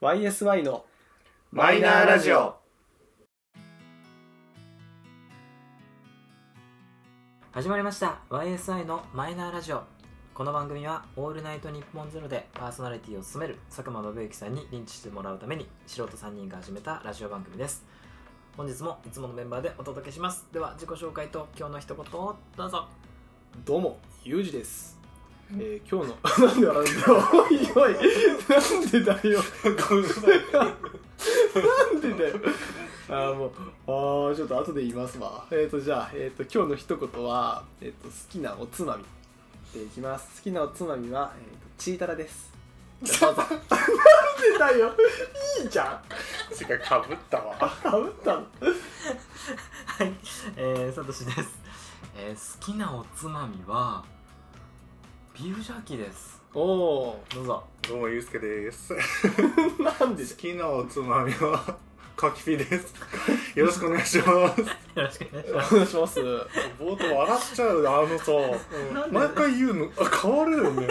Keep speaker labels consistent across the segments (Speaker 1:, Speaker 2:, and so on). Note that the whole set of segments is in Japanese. Speaker 1: YSY の
Speaker 2: マイナーラジオ。
Speaker 3: 始まりました YSI のマイナーラジオこの番組は「オールナイトニッポンゼロでパーソナリティを務める佐久間信之さんに認知してもらうために素人3人が始めたラジオ番組です本日もいつものメンバーでお届けしますでは自己紹介と今日の一言をどうぞ
Speaker 1: どうもゆうじです、えー、今日の なんで笑うんだおいおいなんでだよなんでだよあーもうあーちょっと後で言いますわえっ、ー、とじゃあ、えー、と今日の一言は、えー、と好きなおつまみでいきます好きなおつまみは、えー、とチータラですじゃあどうぞなんでだよいいじゃ
Speaker 2: せっかかぶったわ。
Speaker 1: んかぶったの
Speaker 3: はいえー、サトシです、えー、好きなおつまみはビーフジャーキーです
Speaker 1: おお
Speaker 3: どうぞ
Speaker 2: どうもゆうすけです。好
Speaker 1: ーなんでだよ
Speaker 2: きなおつまみはカキピです。よろしくお願いします。
Speaker 3: よろしくお願いします
Speaker 1: お願いします
Speaker 2: 冒頭笑っちゃうあのさ、
Speaker 3: なんで
Speaker 2: 毎回言うのあ変わるよね。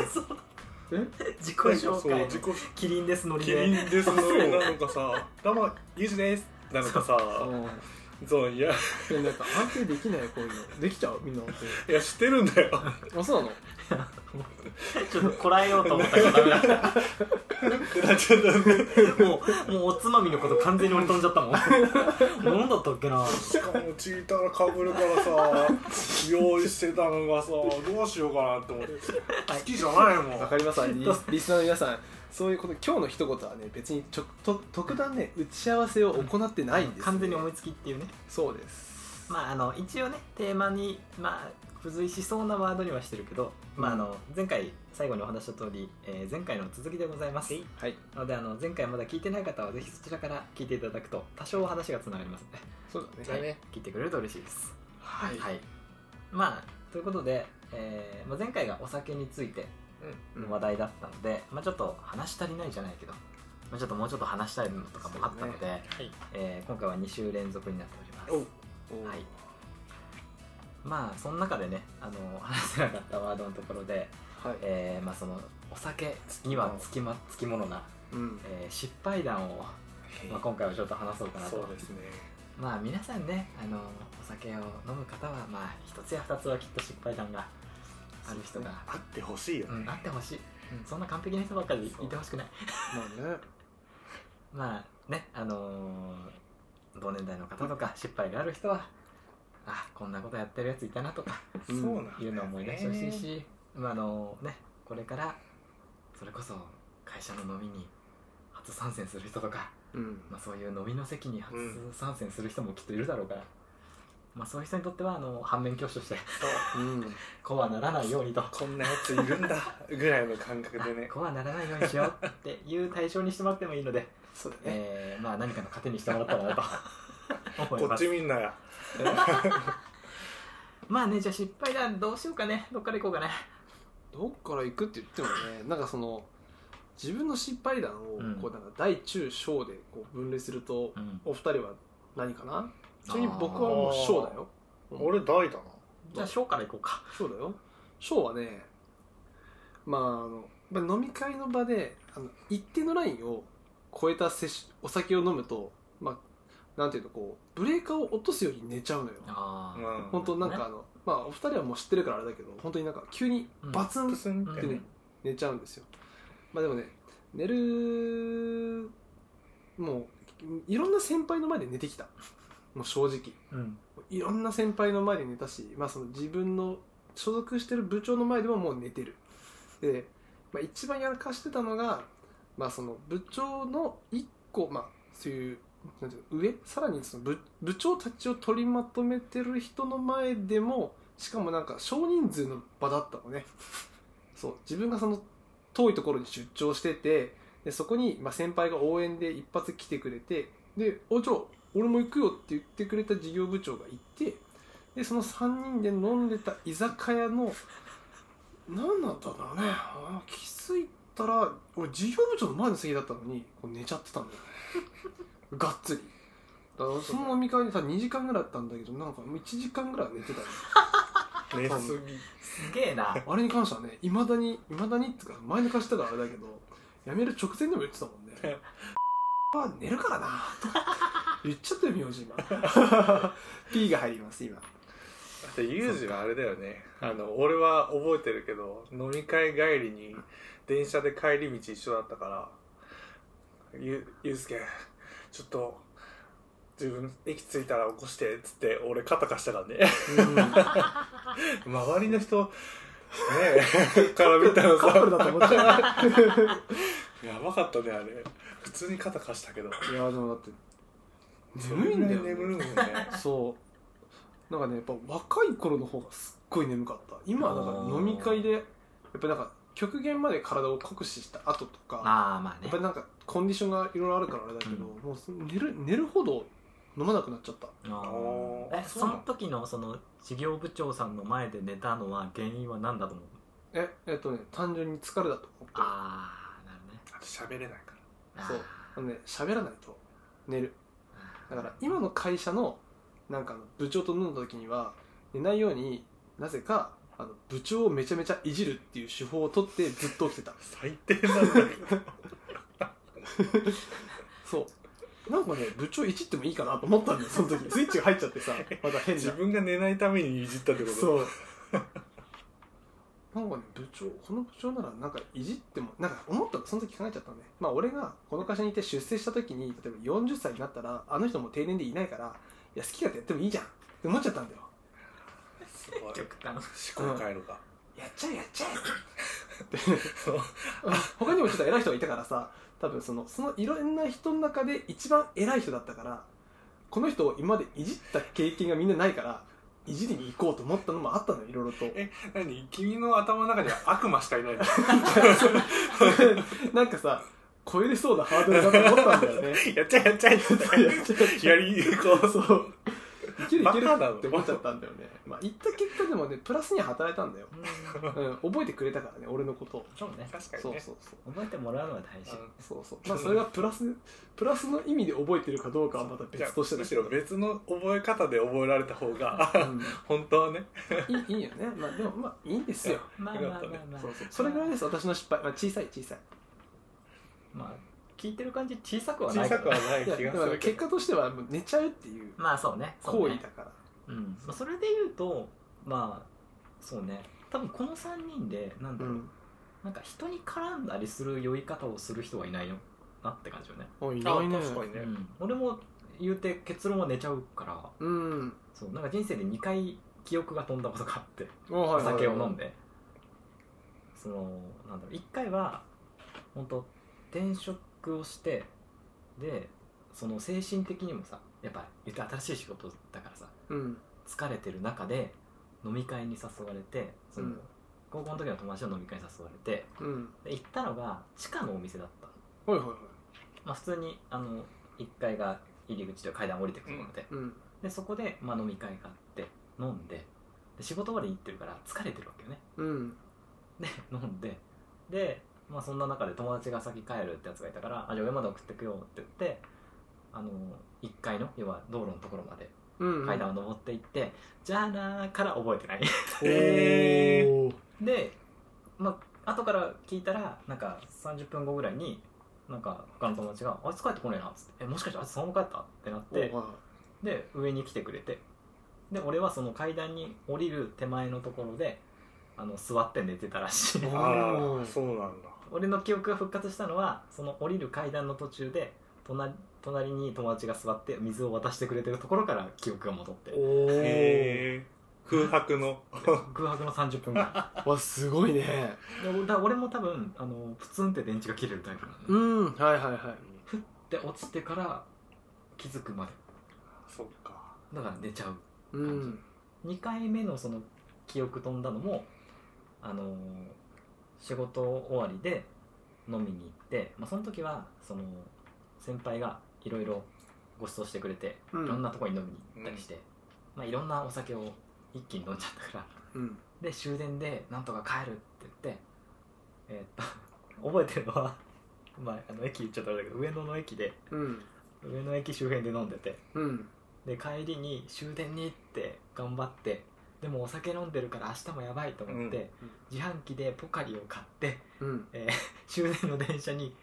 Speaker 1: え
Speaker 3: 自己
Speaker 2: そう
Speaker 3: 紹介
Speaker 2: 自己
Speaker 3: キリンですノリ
Speaker 2: キリ
Speaker 3: で
Speaker 2: ンですのなのかさ、どうもゆうじですなのか
Speaker 1: う
Speaker 2: さ、
Speaker 1: ん
Speaker 2: そういや
Speaker 1: いやなんか安定できないよこういうのできちゃうみんな本
Speaker 2: いやしてるんだよ。
Speaker 1: 当にあそうなの
Speaker 3: ちょっとこらえようと思ったけどダメだった
Speaker 2: ってなっちゃったね。
Speaker 3: もう、もうおつまみのこと完全に俺飛んじゃったもん。何だったっけな
Speaker 2: しかもチーターかぶるからさ、用意してたのがさ、どうしようかなって思って。好きじゃないもん。
Speaker 1: わかりますわリリスナーの皆さんそういうこと今日の一言はね別にちょと特段ね打ち合わせを行ってないんです、ね、
Speaker 3: 完全に思い
Speaker 1: つ
Speaker 3: つきっていうね。
Speaker 1: そうです
Speaker 3: まあ、あの、一応ね、テーマに、まあ、付随しそうなワードにはしてるけど、まあ、あの、前回、最後にお話した通り、えー前回の続きでございます。
Speaker 1: はい
Speaker 3: なので、あの、前回まだ聞いてない方は、ぜひそちらから聞いていただくと、多少話がつながりますね。
Speaker 1: そうだ
Speaker 3: は
Speaker 1: ね
Speaker 3: い。聞いてくれると嬉しいです。
Speaker 1: はい、
Speaker 3: はい。まあ、ということで、えーまあ、前回がお酒について
Speaker 1: うん
Speaker 3: 話題だったので、まあ、ちょっと話し足りないじゃないけど、まあ、ちょっともうちょっと話したいのとかもあったので、えー今回は2週連続になってお
Speaker 1: お
Speaker 3: ります
Speaker 1: お
Speaker 3: はいまあその中でねあの話せなかったワードのところで、
Speaker 1: はい
Speaker 3: えーまあ、そのお酒にはつき,、ま、つきものな、
Speaker 1: うん
Speaker 3: えー失敗談を、まあ、今回はちょっと話そうかな
Speaker 2: そう
Speaker 3: と
Speaker 2: ですね。
Speaker 3: まあ皆さんねあのお酒を飲む方はまあ一つや二つはきっと失敗談がある人が、
Speaker 2: あってほしいよ
Speaker 3: う
Speaker 2: ね。
Speaker 3: ん、あってほしい、うん、そんな完璧な人ばっかりい
Speaker 2: そう
Speaker 3: てほしくない
Speaker 1: まあね
Speaker 3: まあねあのー同年代の方とか失敗がある人はあこんなことやってるやついたなとか
Speaker 2: そうなんだよね
Speaker 3: いうのを思い出してほしい。し、まああのねこれからそれこそ会社の飲みに初参戦する人とか、
Speaker 1: うん
Speaker 3: まあ、そういう飲みの席に初
Speaker 2: うん
Speaker 3: 参戦する人もきっといるだろうから、まあ、そういう人にとってはあの反面教師として
Speaker 1: うん
Speaker 3: こうはならないようにと。
Speaker 2: こんなやついるんだぐらいの感覚 でね
Speaker 3: あ。こうはならないようにしようっていう対象にしてもらってもいいので、
Speaker 1: そうだね
Speaker 3: えーまあ何かの糧にしてもらったらなと思い
Speaker 2: こ
Speaker 3: ま
Speaker 2: っ
Speaker 3: す
Speaker 2: ち。みんなや。
Speaker 3: まあねじゃあ失敗談どうしようかねどっから行こうかね
Speaker 1: どっから行くって言ってもねなんかその自分の失敗談を
Speaker 3: うん
Speaker 1: こうなんか大中小でこう分類すると、
Speaker 3: うん
Speaker 1: お二人は何かなちなみに僕はもう小だよ
Speaker 2: 俺大だな。
Speaker 3: じゃあ小から行こうか
Speaker 1: そうだよ翔はねまああのまあ飲み会の場であの一定のラインを超えた摂取お酒を飲むとまあなんていうのこうブレーカーを落とすように寝ちゃうのよ
Speaker 3: あ
Speaker 2: う
Speaker 3: あ
Speaker 2: ん。
Speaker 1: 本当なん
Speaker 3: ね
Speaker 1: かあの、まあお二人はもう知ってるからあれだけど本当になんか急にバツン
Speaker 2: プ
Speaker 1: っ
Speaker 2: スンって
Speaker 1: てね、
Speaker 3: うん
Speaker 1: 寝ちゃうんですよまあでもね寝るもういろんな先輩の前で寝てきたもう正直
Speaker 3: うん
Speaker 1: いろんな先輩の前で寝たし、まあ、その自分の所属してる部長の前でももう寝てるで、まあ、一番やらかしてたのが、まあ、その部長の一個、まあ、そういうなんていうの上さらにその部部長たちを取りまとめてる人の前でもしかもなんか少人数の場だったのね そう自分がその遠いところに出張しててでそこに、まあ、先輩が応援で一発来てくれてで「おちょ俺も行くよ」って言ってくれた事業部長がいてでその3人で飲んでた居酒屋の何なんだろうねあ気づいたら俺事業部長の前の席だったのにこう寝ちゃってたんだよね がっつりだからその飲み会にさ2時間ぐらいあったんだけどなんかもう1時間ぐらいは寝てたよ
Speaker 2: 寝
Speaker 1: 多
Speaker 2: す
Speaker 1: 分
Speaker 3: すげえな
Speaker 1: あれに関してはねいまだにいまだにっていうか前抜かしてたからあれだけどやめる直前でも言ってたもんねは寝るからな」と言っちゃってる名字今 P が入ります今
Speaker 2: あとユージはあれだよねあの俺は覚えてるけど飲み会帰りに電車で帰り道一緒だったからゆゆうすけちょっと自分駅着いたら起こしてっつって俺肩貸したから ね周りの人ねえ から見たら
Speaker 1: カップル
Speaker 2: さ
Speaker 1: だと思っちゃう
Speaker 2: やばかったねあれ普通に肩貸したけど
Speaker 1: いやでもだって眠いんだよ、
Speaker 2: それ
Speaker 1: ね、
Speaker 2: ぐらい眠るもんね
Speaker 1: そうなんかねやっぱ若い頃の方がすっごい眠かった今はなんか飲み会でやっぱなんか極限まで体を酷使した後とか
Speaker 3: ああまあ
Speaker 1: や
Speaker 3: ね
Speaker 1: っぱりなんかコンディションがいろいろあるからあれだけど、
Speaker 3: うん
Speaker 1: もう寝る寝るほど飲まなくなっちゃった
Speaker 3: あ
Speaker 2: お
Speaker 3: ー
Speaker 2: ー
Speaker 3: えその時のその事業部長さんの前で寝たのは原因は何だと思う
Speaker 1: ええっとね単純に疲れだと思ってあ
Speaker 3: ああなるほどね
Speaker 2: あと喋れないから
Speaker 1: そう
Speaker 3: あ
Speaker 1: のね喋らないと寝る
Speaker 3: ー
Speaker 1: だから今の会社のなんかあの部長と飲んだ時には寝ないようになぜかあの部長をめちゃめちゃいじるっていう手法を取ってずっと起きてた
Speaker 2: 最低なんだけど
Speaker 1: そうなんかね部長いじってもいいかなと思ったんだよその時スイッチが入っちゃってさまた変
Speaker 2: 自
Speaker 1: な
Speaker 2: 分が寝ないためにいじったってこと
Speaker 1: そうなんかね部長この部長ならなんかいじってもなんか思ったのその時考えちゃったのねまあ俺がこの会社にいて出世した時に例えば40歳になったらあの人も定年でいないからいや好き勝手やってもいいじゃんって思っちゃったんだよ
Speaker 2: すごい
Speaker 3: 極端
Speaker 2: 思考回路が、
Speaker 1: やっちゃえやっちゃえって他にもちょっと偉い人がいたからさ多分そのそのいろんな人の中で一番偉い人だったからこの人を今までいじった経験がみんなないからいじりに行こうと思ったのもあったのよいろいろと
Speaker 2: え何君の頭の中には悪魔しかいないの
Speaker 1: なんかさ超えれそうなハードルだと思ったんだよね
Speaker 2: やっちゃえやっちゃえって やりこうそう
Speaker 1: いけるいける
Speaker 2: バカだろ
Speaker 1: って思っちゃったんだよねまあ言った結果でもねプラスには働いたんだよ、
Speaker 3: うん
Speaker 1: うん、覚えてくれたからね俺のことを
Speaker 3: そうね
Speaker 2: 確かに
Speaker 1: そう
Speaker 2: ね
Speaker 1: そうそう
Speaker 3: 覚えてもらうのが大事
Speaker 2: うん
Speaker 1: そうそうまあそれがプラスプラスの意味で覚えてるかどうかはまた別としてだ
Speaker 2: む
Speaker 1: け
Speaker 2: し
Speaker 1: ど
Speaker 2: ろ別の覚え方で覚えられた方が本当はね
Speaker 1: うんいいいいよねまあでもまあいいんですよ
Speaker 3: まあまあまあまあ
Speaker 1: そうそうそれぐらいです私の失敗、まあ、小さい小さい
Speaker 3: まあ聞いてる感じ小さくはな
Speaker 2: 小
Speaker 3: いけ
Speaker 2: さく
Speaker 3: ど
Speaker 2: はない
Speaker 1: いや
Speaker 2: 気
Speaker 1: で
Speaker 2: が
Speaker 1: も
Speaker 2: するけ
Speaker 1: 結
Speaker 2: ど
Speaker 1: 果としてはもう寝ちゃうっていう
Speaker 3: まあそうねそう
Speaker 1: 行
Speaker 3: ね
Speaker 1: 為だから
Speaker 3: うんまあそれで言うとまあそうね多分この3人でなんだ
Speaker 1: う
Speaker 3: ろう、
Speaker 1: ん
Speaker 3: なんか人に絡んだりする酔い方をする人はいないよなって感じよね、
Speaker 1: おい
Speaker 2: あ
Speaker 1: ないね
Speaker 2: 確かにね、
Speaker 3: うん、俺も言うて結論は寝ちゃうから
Speaker 1: うん
Speaker 3: そうなんか人生で2回記憶が飛んだことがあって
Speaker 1: お
Speaker 3: お
Speaker 1: はいはいはい
Speaker 3: 酒を飲んでそのなんだろう1回は本当転職をしてでその精神的にもさやっぱ言って新しい仕事だからさ
Speaker 1: うん
Speaker 3: 疲れてる中で飲み会に誘われてその、
Speaker 1: うん
Speaker 3: 高校の時の友達の飲み会に誘われて
Speaker 1: うん
Speaker 3: で行ったのが地下のお店だったの、
Speaker 1: はいはいはい
Speaker 3: まあ、普通にあの1階が入り口で階段降りてくるところで,、
Speaker 1: うん
Speaker 3: でそこで、まあ、飲み会があって飲んでで仕事終わりに行ってるから疲れてるわけよね
Speaker 1: うん
Speaker 3: で 飲んでで、まあ、そんな中で友達が先帰るってやつがいたから「あじゃあ上まで送ってくよ」って言ってあの1階の要は道路のところまで
Speaker 1: うん
Speaker 3: 階段を登っていって「じゃあな」から覚えてない
Speaker 2: え
Speaker 1: おー
Speaker 3: で、まあ後から聞いたらなんか30分後ぐらいになんか他の友達が「あいつ帰ってこねえな」っつって「えもしかしてあいつそのまま帰った?」ってなっ
Speaker 1: おはい
Speaker 3: てで上に来てくれてで俺はその階段に降りる手前のところであの座って寝てたらしい
Speaker 1: お
Speaker 2: あ
Speaker 1: う
Speaker 2: あ
Speaker 1: ん
Speaker 2: そうなんだ
Speaker 3: 俺の記憶が復活したのはその降りる階段の途中で隣隣に友達が座って水を渡してくれてるところから記憶が戻って
Speaker 1: おー
Speaker 2: へえ空 白の
Speaker 3: 空白の30分間
Speaker 1: わすごいね
Speaker 3: で俺だ俺も多分あのプツンって電池が切れるタイプなの、
Speaker 1: う
Speaker 3: ね、
Speaker 1: んはいはいはい
Speaker 3: で落ちてから気づくまで
Speaker 2: そっか
Speaker 3: だから寝ちゃう
Speaker 1: うん
Speaker 3: 2回目のその記憶飛んだのもあのー仕事終わりで飲みに行って、まあ、その時はその先輩がいろいろご馳走してくれて、
Speaker 1: うん
Speaker 3: いろんなとこに飲みに行ったりして、まあ、いろんなお酒を一気に飲んじゃったから
Speaker 1: うん
Speaker 3: で終電でなんとか帰るって言ってえーっと 覚えてるのはまああの駅言っちゃったんだけど上野の駅で
Speaker 1: うん
Speaker 3: 上野駅周辺で飲んでて
Speaker 1: うん
Speaker 3: で帰りに終電にって頑張ってでもお酒飲んでるから明日もやばいと思って、
Speaker 2: うん
Speaker 1: うん
Speaker 3: 自販機でポカリを買って
Speaker 1: うん
Speaker 3: 終電の電車に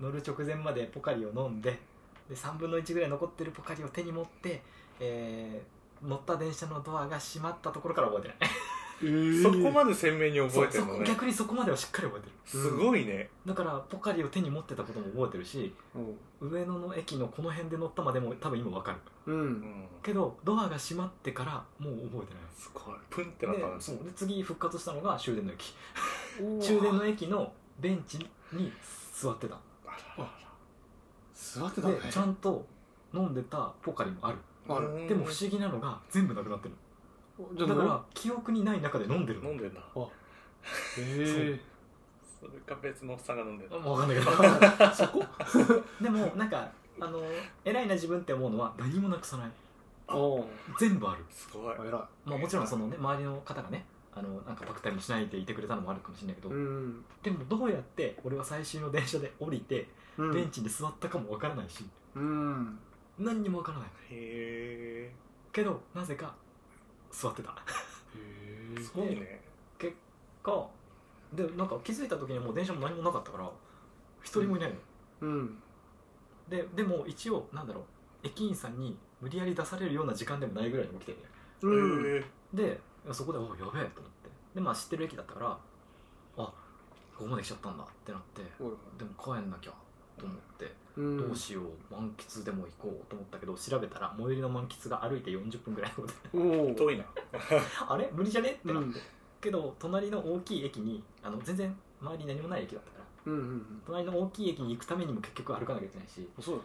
Speaker 3: 乗る直前までポカリを飲んでで3分の1ぐらい残ってるポカリを手に持って、えー乗った電車のドアが閉まったところから覚えてない
Speaker 2: そこまで鮮明に 覚えて
Speaker 3: そ
Speaker 2: る
Speaker 3: うそ
Speaker 2: の
Speaker 3: こ
Speaker 2: ね
Speaker 3: 逆にそこまではしっかり覚えてる
Speaker 2: すごいね
Speaker 3: だからポカリを手に持ってたことも覚えてるし上野の駅のこの辺で乗ったまでも多分今わかる
Speaker 1: うん、う、
Speaker 2: うんん
Speaker 3: けどドアが閉まってからもう覚えてない
Speaker 2: すごいプンってなったん
Speaker 3: で
Speaker 2: です
Speaker 3: そ
Speaker 2: よ
Speaker 3: うで次復活したのが終電の駅
Speaker 1: 終
Speaker 3: 終電の駅のベンチに座ってた
Speaker 2: あ
Speaker 1: 座ってたね
Speaker 3: でちゃんと飲んでたポカリもある
Speaker 2: ら
Speaker 1: あ
Speaker 2: ら
Speaker 1: る
Speaker 2: うん
Speaker 3: でも不思議なのが全部なくなってる
Speaker 1: じゃあ
Speaker 3: だから記憶にない中で飲んでるの
Speaker 2: 飲んでんだ
Speaker 1: へ
Speaker 2: それか別のおっさんが飲んでんだ
Speaker 3: もう分かんないけど
Speaker 1: え そこ
Speaker 3: でもなんかあの偉いな自分って思うのは何もなくさない
Speaker 1: お
Speaker 3: 全部ある、
Speaker 2: すごい
Speaker 1: あ偉い
Speaker 3: まあ、もちろんそのね周りの方がねあのなんかばったりもしないでいてくれたのもあるかもしれないけど、
Speaker 1: うん、
Speaker 3: でもどうやって俺は最新の電車で降りて
Speaker 1: う
Speaker 3: ベン
Speaker 1: ん
Speaker 3: チに座ったかも分からないし
Speaker 1: うん、
Speaker 3: 何にも分からない
Speaker 2: へ
Speaker 3: けどなぜか座ってた
Speaker 2: えすごいね
Speaker 3: 結果でなんか気づいた時にはもう電車も何もなかったから一人もいないの、
Speaker 1: うん、
Speaker 3: ででも一応なんだろう駅員さんに無理やり出されるような時間でもないぐらいに起きてるね
Speaker 1: うん、
Speaker 2: へ
Speaker 3: でそこで「おやべえ」と思ってでまあ知ってる駅だったからあここまで来ちゃったんだってなってでも帰んなきゃと思って、
Speaker 1: うん、
Speaker 3: どうしよう満喫でも行こうと思ったけど調べたら最寄りの満喫が歩いて40分ぐらいのことで
Speaker 1: おお
Speaker 2: え遠いな
Speaker 3: あれ無理じゃねって
Speaker 1: う
Speaker 3: なって、
Speaker 1: ん、
Speaker 3: けど隣の大きい駅にあの全然周りに何もない駅だったから
Speaker 1: うん、うん、
Speaker 3: 隣の大きい駅に行くためにも結局歩かなきゃいけないし
Speaker 1: そう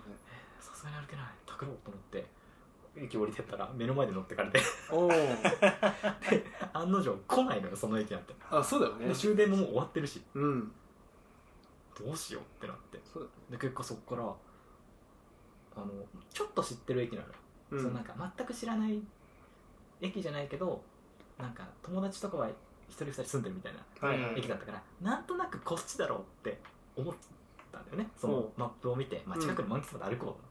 Speaker 3: さすがに歩けないタクろうと思って駅降りてったら目の前で乗ってかれて
Speaker 1: だね。
Speaker 3: 案の定来ないのよその駅なんて
Speaker 1: おお、あ、そうだよ
Speaker 3: で
Speaker 1: ね。
Speaker 3: 終電ももう終わってるし
Speaker 1: うん、
Speaker 3: どうしようってなって
Speaker 1: そう
Speaker 3: で結果そこからあのちょっと知ってる駅なのよ、
Speaker 1: だよ。
Speaker 3: そのなんか全く知らない駅じゃないけどなんか友達とかは一人二人住んでるみたいな
Speaker 1: はいはい
Speaker 2: うん
Speaker 3: 駅だったから、なんとなくこっちだろうって思ったんだよねその
Speaker 1: ほ
Speaker 3: マップを見て、ま
Speaker 1: う
Speaker 3: あ、
Speaker 1: ん
Speaker 3: 近くの満喫まで歩こうと思って、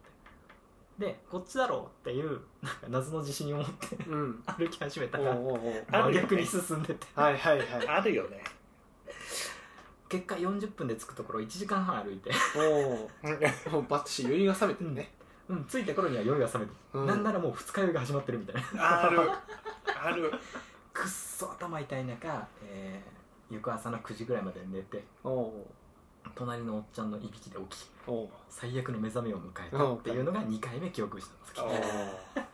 Speaker 3: でこっちだろうっていうなんか謎の自信を持って
Speaker 1: うん、
Speaker 3: 歩き始めた
Speaker 1: おお
Speaker 3: ら、
Speaker 1: おお。
Speaker 2: あ
Speaker 3: 真
Speaker 2: るよね
Speaker 3: 逆に進んでて
Speaker 1: はい、はい、はい。
Speaker 2: あるよね
Speaker 3: 結果40分で着くところ1時間半歩いて、
Speaker 1: おお、もうバッチリ余韻が冷めてるね。
Speaker 3: うん、着いた頃には酔いが覚めて、
Speaker 1: う
Speaker 3: なんならもう二日酔いが始まってるみたいな
Speaker 2: あるある
Speaker 3: くっそ頭痛い中、えー翌朝の9時ぐらいまで寝て
Speaker 1: おお、
Speaker 3: 隣のおっちゃんのいびきで起き
Speaker 1: おお。
Speaker 3: 最悪の目覚めを迎えたっていうのが2回目記憶したんですけど
Speaker 2: あ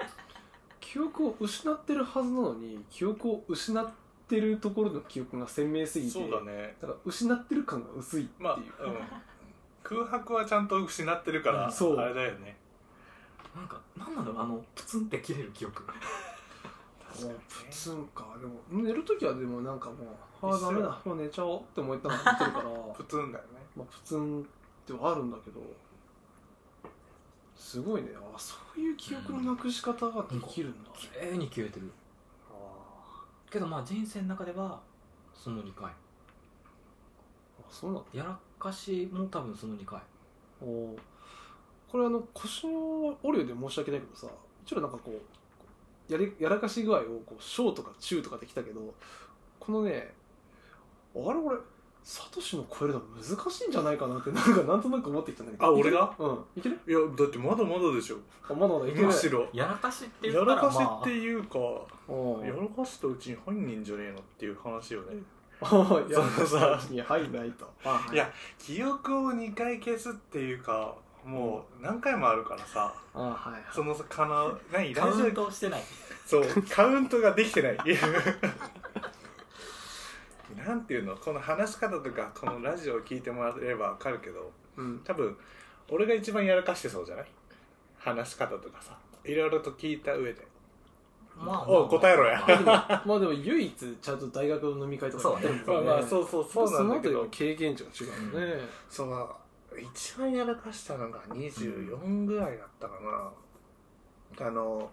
Speaker 1: 記憶を失ってるはずなのに、記憶を失ってるところの記憶が鮮明すぎ
Speaker 2: ー
Speaker 1: て。
Speaker 2: そうだ。ね
Speaker 1: だから失ってる感が薄いっていう。
Speaker 2: まあ、うん、空白はちゃんと失ってるから、
Speaker 1: うんそう
Speaker 2: あれだよね
Speaker 3: なんか、なんなのあの、プツンって切れる記憶。
Speaker 1: 確かそうかでも寝るときはでもなんかもう「ああ
Speaker 2: 一緒
Speaker 1: ダメだもう寝ちゃおう」って思ったのがってるから
Speaker 2: 普通だよね
Speaker 1: まあ普通ってはあるんだけどすごいねあそういう記憶のなくし方ができるんだ、
Speaker 3: 綺麗に切れてる。
Speaker 1: あ
Speaker 3: けどまあ人生の中では、その2回。
Speaker 1: あそうなんだ
Speaker 3: やらかしも多分その2回。
Speaker 1: おーこれあの腰の折るようで申し訳ないけどさうちらなんかこうやりやらかし具合をこう小とか中とかできたけどこのねあれ俺サトシの超えるの難しいんじゃないかなってなんかなんとなく思ってきたんだけど
Speaker 2: あ俺が
Speaker 1: うんいける
Speaker 2: いやだってまだまだでしょ
Speaker 1: あまだまだいける
Speaker 2: むしろ
Speaker 3: やらかしって言
Speaker 2: や
Speaker 3: った
Speaker 2: ら
Speaker 3: ら、
Speaker 2: か
Speaker 3: ま
Speaker 2: し
Speaker 3: あ、
Speaker 2: っていうか、
Speaker 1: うん
Speaker 2: やらかしたうちに犯人じゃねえのっていう話よね、
Speaker 1: あやら
Speaker 2: そ
Speaker 1: か
Speaker 2: うそう
Speaker 1: しに入んないとあはい
Speaker 2: や記憶を2回消すっていうかもう何回もあるからさ
Speaker 1: あはいはい
Speaker 2: そのさかな何
Speaker 3: カ
Speaker 2: ラジ
Speaker 3: ウン
Speaker 2: オ
Speaker 3: トしてない。
Speaker 2: そうカウントができてない なんていうのこの話し方とかこのラジオを聞いてもらえればわかるけど
Speaker 1: うん
Speaker 2: 多分俺が一番やらかしてそうじゃない話し方とかさいろいろと聞いた上で
Speaker 3: まあまあ、
Speaker 2: おう答えろや
Speaker 3: まあまあ
Speaker 1: まあでも唯一ちゃんと大学の飲み会とかやってる
Speaker 2: まあ
Speaker 1: もん
Speaker 2: まあ そうそうそう
Speaker 1: そ
Speaker 2: な
Speaker 1: の
Speaker 2: んだ
Speaker 1: 後
Speaker 2: け
Speaker 1: よ
Speaker 2: ど
Speaker 1: り経験値が違うもんね、
Speaker 2: その一番やらかしたのが24ぐらいだったかな、あの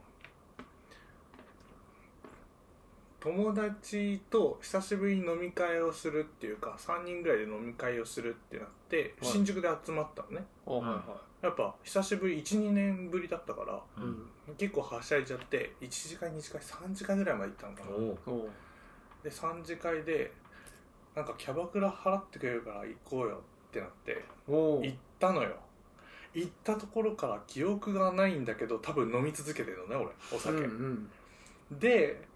Speaker 2: 友達と久しぶりに飲み会をするっていうか3人ぐらいで飲み会をするってなって
Speaker 1: はい
Speaker 2: 新宿で集まったのね
Speaker 1: あはいはい
Speaker 2: やっぱ久しぶり12年ぶりだったから
Speaker 1: う
Speaker 3: う。
Speaker 1: んん
Speaker 2: 結構はしゃいじゃって1次会2次会3次会ぐらいまで行ったのかな
Speaker 3: おう
Speaker 1: おう
Speaker 2: で3次会でなんかキャバクラ払ってくれるから行こうよってなって
Speaker 1: おう
Speaker 2: 行っったのよ行ったところから記憶がないんだけど多分飲み続けてるのね俺お酒、
Speaker 1: うん
Speaker 2: で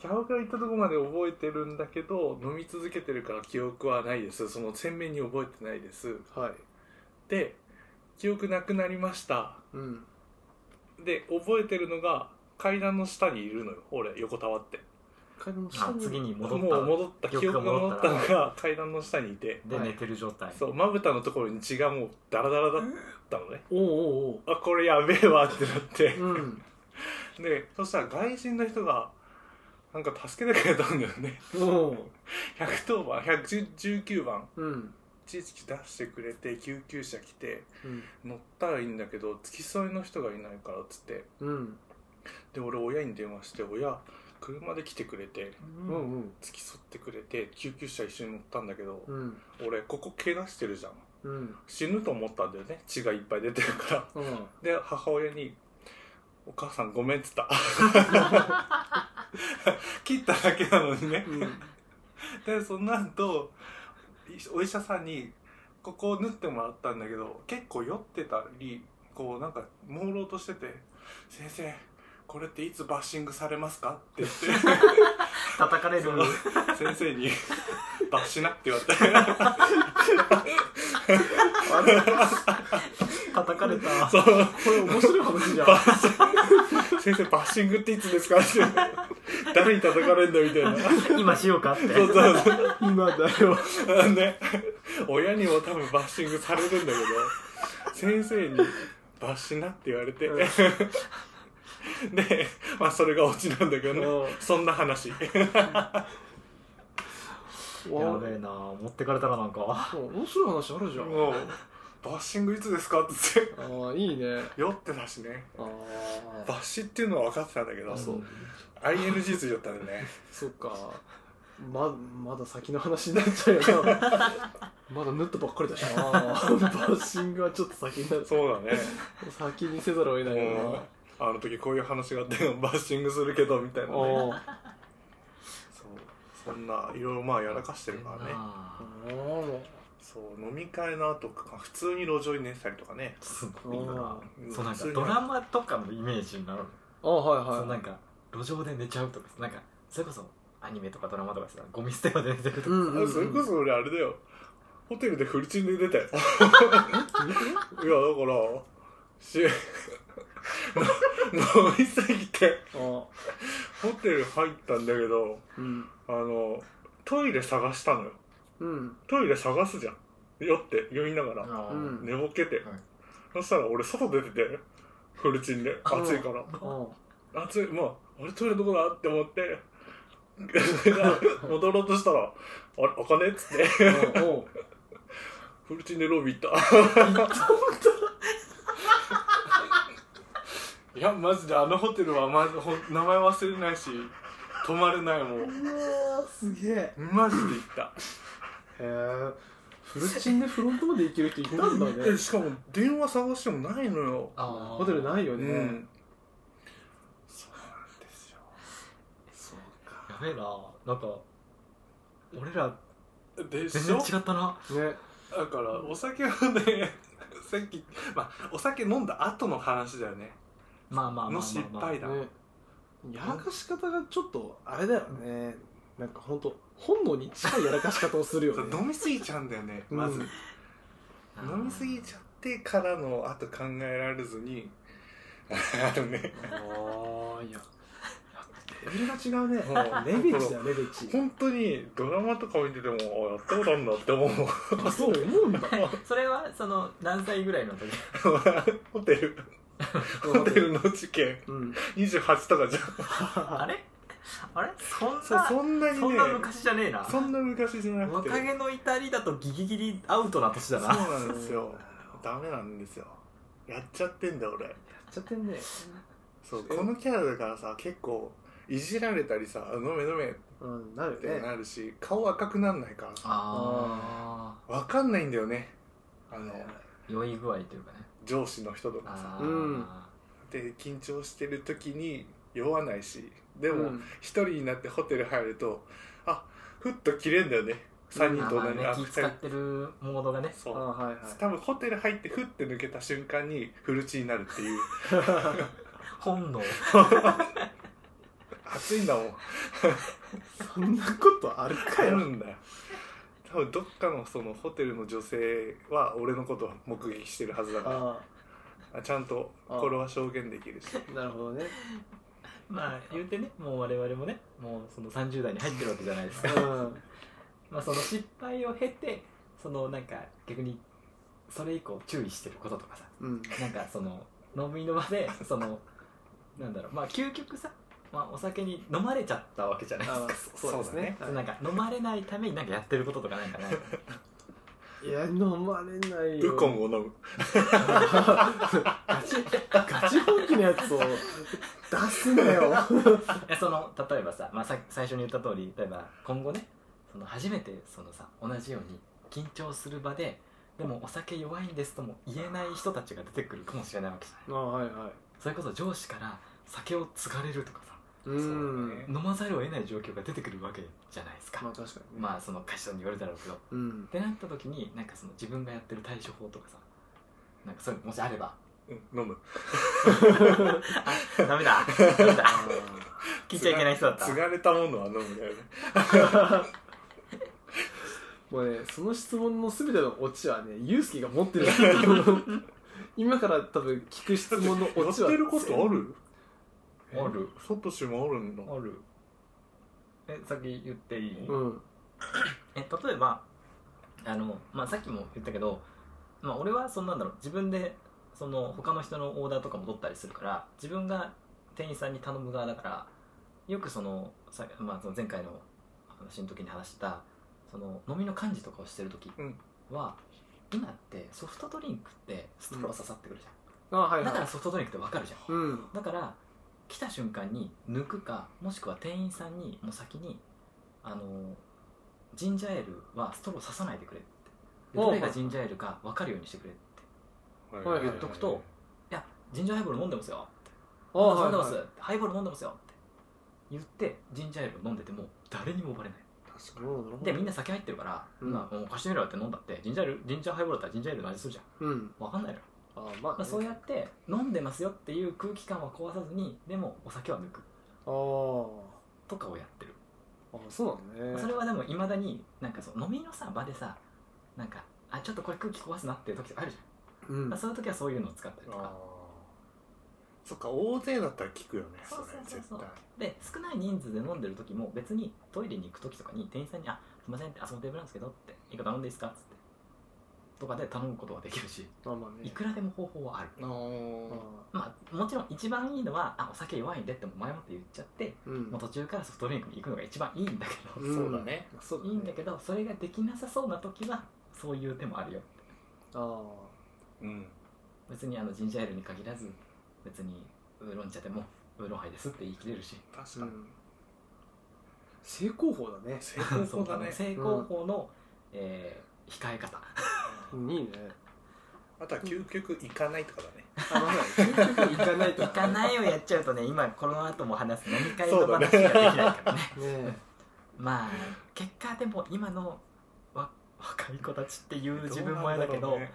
Speaker 2: キャバクラ行ったとこまで覚えてるんだけど飲み続けてるから記憶はないですその鮮明に覚えてないです
Speaker 1: うん、はい、
Speaker 2: で記憶なくなりました
Speaker 1: うん、
Speaker 2: で覚えてるのが階段の下にいるのよ俺横たわって
Speaker 1: 階段の下
Speaker 3: あ
Speaker 1: に
Speaker 3: 次に戻った
Speaker 2: もう戻った
Speaker 3: 記
Speaker 2: 記
Speaker 3: 憶
Speaker 2: 憶
Speaker 3: が
Speaker 2: が戻
Speaker 3: 戻っ
Speaker 2: ったた
Speaker 3: ら
Speaker 2: のが階段の下にいて
Speaker 3: で
Speaker 1: はい
Speaker 3: 寝てる状態
Speaker 2: そうまぶたのところに血がもうダラダラだったのね
Speaker 1: おうおう
Speaker 2: あこれやべえわってなって
Speaker 1: おううん
Speaker 2: でそしたら外人の人がなんか助けてくれたんだよね
Speaker 1: おお
Speaker 2: 110番119番
Speaker 1: ううん
Speaker 2: 知識出してくれて救急車来て
Speaker 1: うん
Speaker 2: 乗ったらいいんだけど付き添いの人がいないからっつって
Speaker 1: うん
Speaker 2: で俺親に電話して親車で来てくれて
Speaker 1: うんうん
Speaker 2: 付き添ってくれて救急車一緒に乗ったんだけど
Speaker 1: う、ん
Speaker 2: 俺ここ怪我してるじゃん
Speaker 1: うん
Speaker 2: 死ぬと思ったんだよね血がいっぱい出てるから
Speaker 1: うん
Speaker 2: で母親に「お母さんごめん」っつった 切っただけなのにねでその後お医者さんにここを縫ってもらったんだけど結構酔ってたりこうなんか朦朧としてて「先生これっていつバッシングされますか?」って言って
Speaker 3: 叩かれる
Speaker 2: その 先生に「罰しな」って言われて
Speaker 3: 叩かれた
Speaker 2: そう
Speaker 1: これ面白い話じゃん
Speaker 2: バッシング先生バッシングっていつですかって誰に叩かれんだみたいな
Speaker 3: 今しようかって
Speaker 2: そうそうそう
Speaker 1: 今だよ
Speaker 2: ね、親にも多分バッシングされるんだけど先生に「バッシな」って言われて、
Speaker 1: うん
Speaker 2: で、まあ、それがオチなんだけどね、
Speaker 1: うん
Speaker 2: そんな話
Speaker 3: やべえな持ってかれたらなんか
Speaker 1: そう面白い話あるじゃん
Speaker 2: もう「バッシングいつですか?」って言って
Speaker 1: ああいいね
Speaker 2: 酔ってたしね
Speaker 1: ああ
Speaker 2: バッシっていうのは分かってたんだけど、
Speaker 1: そう
Speaker 2: ING ついちゃったんでね
Speaker 1: そっかままだ先の話になっちゃうよな まだ縫ったばっかりだしなバッシングはちょっと先になる
Speaker 2: そうだね
Speaker 1: 先にせざるを得ないよな
Speaker 2: うんあの時こういう話があってバッシングするけどみたいなね
Speaker 1: おあ
Speaker 2: そうそんないろいろまあやらかしてるからね
Speaker 1: あー
Speaker 2: そう飲み会の後か普通に路上に寝てたりとかね
Speaker 3: すごいな
Speaker 2: うん
Speaker 3: そうなん
Speaker 2: 普
Speaker 3: か
Speaker 2: 通に
Speaker 3: ドラマとかのイメージになる
Speaker 1: あはいはい
Speaker 3: そうなんか路上で寝ちゃうとかなんかそれこそアニメとかドラマとかさゴミ捨て場で寝てるとか、
Speaker 1: うんうん、う
Speaker 2: あ
Speaker 1: ん、
Speaker 2: それこそ俺あれだよホテルでフルチンで出 たよいやだからし 飲みすぎて
Speaker 1: あ
Speaker 2: ホテル入ったんだけど
Speaker 1: うん
Speaker 2: あのトイレ探したのよ
Speaker 1: うん
Speaker 2: トイレ探すじゃん酔って酔いながら
Speaker 1: うん
Speaker 2: 寝ぼけて、
Speaker 3: い
Speaker 2: そしたら俺外出ててフルチンで暑いから
Speaker 1: あ
Speaker 2: 暑いまああれトイレどこだって思って 戻ろうとしたら「あれあかね?」っつって
Speaker 1: あおう
Speaker 2: フルチンでロビー行った いやマジであのホテルは、ま、ほん名前忘れないし泊まれないもう
Speaker 1: わすげえへ
Speaker 2: マジで行った
Speaker 1: えフルチンでフロントまで行ける 人いたんだね
Speaker 2: えしかも電話探してもないのよ
Speaker 3: あ
Speaker 1: ホテル
Speaker 3: い
Speaker 1: ないよ
Speaker 2: う
Speaker 1: ね、
Speaker 2: んそうなんですよ
Speaker 1: そう
Speaker 3: やべえななんか俺ら
Speaker 2: で
Speaker 3: 全
Speaker 2: し
Speaker 3: 然
Speaker 2: ょ
Speaker 3: 違ったな
Speaker 1: かね
Speaker 2: だからお酒をね さっき、まあ、お酒飲んだ後の話だよね
Speaker 3: まあまあま
Speaker 2: の
Speaker 3: あまあ、まあ、
Speaker 2: 失敗だ、
Speaker 1: ねやらかし方がちょっとあれだよねなんか本当本能に近いやらかし方をするよ
Speaker 2: そ う
Speaker 1: ね
Speaker 2: 飲みすぎちゃうんだよねまず、
Speaker 1: うん
Speaker 3: あー
Speaker 2: 飲みすぎちゃってからのあと考えられずに あのね
Speaker 1: ああいやレベルが違うね
Speaker 2: もう
Speaker 1: レベチだよレベチ
Speaker 2: 本当にドラマとか見ててもあやったことあるんだって思う
Speaker 1: あそう思うんだ
Speaker 3: それはその何歳ぐらいの時
Speaker 2: ホテルホテルの事件
Speaker 1: うん
Speaker 2: 28とかじゃん
Speaker 3: あれあれそんな
Speaker 2: そう
Speaker 3: そ
Speaker 2: そんなにね
Speaker 3: んな昔じゃねえな
Speaker 2: そんな昔じゃなくて
Speaker 3: 若気の至りだとギリギリアウトな年だ
Speaker 2: そうな
Speaker 3: な
Speaker 2: んですよダメなんですよやっちゃってんだ俺
Speaker 1: やっちゃってんね
Speaker 2: そうこのキャラだからさ結構いじられたりさ「飲め飲め」っ
Speaker 1: うんなる
Speaker 2: て
Speaker 1: よね
Speaker 2: なるし顔赤くなんないから
Speaker 3: あ
Speaker 2: わかんないんだよねあの
Speaker 3: あ酔い具合というかね
Speaker 2: 上司の人とかさ
Speaker 3: あ
Speaker 1: うん
Speaker 2: で緊張してる時に酔わないしで
Speaker 1: で
Speaker 2: も一人になってホテル入るとあふっと切れんだよね3人
Speaker 3: あ
Speaker 2: と
Speaker 3: ま
Speaker 2: 同
Speaker 3: あ
Speaker 2: じ、
Speaker 3: ね
Speaker 2: あ
Speaker 3: 気
Speaker 2: 二
Speaker 3: 使っ
Speaker 2: 人
Speaker 3: てるモードがね
Speaker 1: あ
Speaker 2: そう
Speaker 1: はいはい
Speaker 2: 多分ホテル入ってふって抜けた瞬間にフルチになるっていう
Speaker 3: 本能
Speaker 2: 暑いんだもん
Speaker 1: そんなことあるか
Speaker 2: あ
Speaker 1: よ
Speaker 2: るんだよ多分どっかのそのホテルの女性は俺のことを目撃してるはずだから
Speaker 1: あ
Speaker 2: あちゃんとこれは証言できるし
Speaker 1: あなるほどね
Speaker 3: まあ言うてねもう我々もねもうその30代に入ってるわけじゃないです
Speaker 1: う
Speaker 3: か
Speaker 1: ん
Speaker 3: まあその失敗を経てそのなんか逆にそれ以降注意してることとかさ
Speaker 1: うん
Speaker 3: なんかその飲みの場でそのなんだろうまあ究極さ、まあ、お酒に飲まれちゃったわけじゃないです
Speaker 1: あ
Speaker 3: か
Speaker 1: あそうですね
Speaker 3: そうなんか飲まれないためになんかやってることとかなんかない
Speaker 1: いや飲まれないよ
Speaker 2: ウコンを飲む
Speaker 1: ガチガチ本気のやつを出すな よ
Speaker 3: いやその例えばさ、まあ、さ最初に言った通り例えば今後ねその初めてそのさ同じように緊張する場ででもお酒弱いんですとも言えない人たちが出てくるかもしれないわけじゃない
Speaker 1: あはいはい
Speaker 3: それこそ上司から酒を継がれるとかさ
Speaker 1: うん、
Speaker 2: そうだね
Speaker 3: 飲まざるを得ない状況が出てくるわけじゃないですか、
Speaker 1: ま
Speaker 3: ま
Speaker 1: あ確か
Speaker 3: あ、
Speaker 1: にね、
Speaker 3: その会社に言われたらうけど
Speaker 1: うん
Speaker 3: ってなった時になんかその自分がやってる対処法とかさなんかそういうのもしあれば
Speaker 2: うん飲む
Speaker 3: あダメだダメだ
Speaker 1: あ
Speaker 3: 聞いちゃいけない人だった
Speaker 2: つがれたものは飲むだよね
Speaker 1: ーもうねその質問の全てのオチはねユうスケが持 ってる今から多分聞く質問の
Speaker 2: や
Speaker 1: オ
Speaker 2: っ
Speaker 1: チは
Speaker 2: てることある
Speaker 3: ある
Speaker 2: サトシもあるんだ
Speaker 3: あるえ先言っていい、
Speaker 1: うん
Speaker 3: え例えばあの、まあ、さっきも言ったけど、まあ、俺はそんなんだろう自分でその他の人のオーダーとかも取ったりするから自分が店員さんに頼む側だからよくそのさ、まあ、その前回の話の時に話したその飲みの幹事とかをしてる時は、今ってソフトドリンクってストロー刺さってくるじゃ
Speaker 1: あはい
Speaker 3: ん、だか
Speaker 1: は
Speaker 3: ら
Speaker 1: い
Speaker 3: ソフトドリンクってわかるじゃん
Speaker 1: うん
Speaker 3: だから来た瞬間に抜くかもしくは店員さんにもう先にあのジンジャーエールはストロー刺さないでくれってで
Speaker 1: おう
Speaker 3: どれがジンジャーエールか分かるようにしてくれって
Speaker 1: はいはい
Speaker 3: 言っとくといやジンジャーハイボール飲んでますよ
Speaker 1: あ
Speaker 3: まだ飲
Speaker 1: は
Speaker 3: ん
Speaker 1: い
Speaker 3: で
Speaker 1: は
Speaker 3: ます、
Speaker 1: い
Speaker 3: ハイボール飲んでますよって言ってジンジャーエールを飲んでても誰にもバレない
Speaker 2: 確か
Speaker 1: なるほどなるほど
Speaker 3: でみんな酒入ってるから、
Speaker 1: うん
Speaker 3: まあ、もう貸してみろよって飲んだってジンジャーエールジンジャーハイボールだったらジンジャーエールの味するじゃ
Speaker 1: うん
Speaker 3: ん分かんないのよ、
Speaker 1: あーまあ、
Speaker 3: まあ、
Speaker 1: ね、
Speaker 3: そうやって飲んでますよっていう空気感は壊さずにでもお酒は抜く
Speaker 1: あー
Speaker 3: とかをやってる
Speaker 1: あそうなんだね
Speaker 3: それはでもいまだになんかその飲みのさ場でさなんかあちょっとこれ空気壊すなっていう時とかあるじゃ
Speaker 1: うん
Speaker 3: ん、そういう時はそういうのを使ったりと
Speaker 2: あ
Speaker 3: か
Speaker 2: ーそっか大勢だったら聞くよね
Speaker 3: そうそうそうそう
Speaker 2: れ
Speaker 3: で少ない人数で飲んでる時も別にトイレに行く時とかに店員さんに「あすいません」って「あそのテーブルなんですけど」って「いいか頼んでいいですか?」っつってとかで頼むことができるし
Speaker 1: まあまあ
Speaker 3: い
Speaker 1: ね
Speaker 3: くらでも方法はある
Speaker 2: 絶対あー
Speaker 1: あ
Speaker 3: まあもちろん一番いいのは「あお酒弱いんで」ってもう前もって言っちゃって
Speaker 1: ーうん
Speaker 3: もう途中からソフトドリンクに行くのが一番いいんだけど、
Speaker 1: うん
Speaker 2: そうだね
Speaker 1: そうだ
Speaker 3: い
Speaker 1: ね
Speaker 3: いんだけどそれができなさそうな時はそういう手もあるよ
Speaker 1: あ
Speaker 2: うん
Speaker 3: 別にあのジンジャーエールに限らず別にウーロン茶でもウーロンハイですって言い切れるし
Speaker 2: 確
Speaker 1: あう
Speaker 2: かに
Speaker 1: ん正攻法だね
Speaker 2: 成功法だね
Speaker 3: 正攻法の、えー控え方
Speaker 1: うんいいね
Speaker 2: あとは究極行かないとかだね
Speaker 1: あまあ 結局行かないと
Speaker 3: 行かないをやっちゃうとね今この後も話す飲み会の話ができないからね
Speaker 1: ね
Speaker 3: まあ結果でも今のわ若い子たちっていう自分もあれだけ
Speaker 2: う
Speaker 3: ど
Speaker 2: なんだ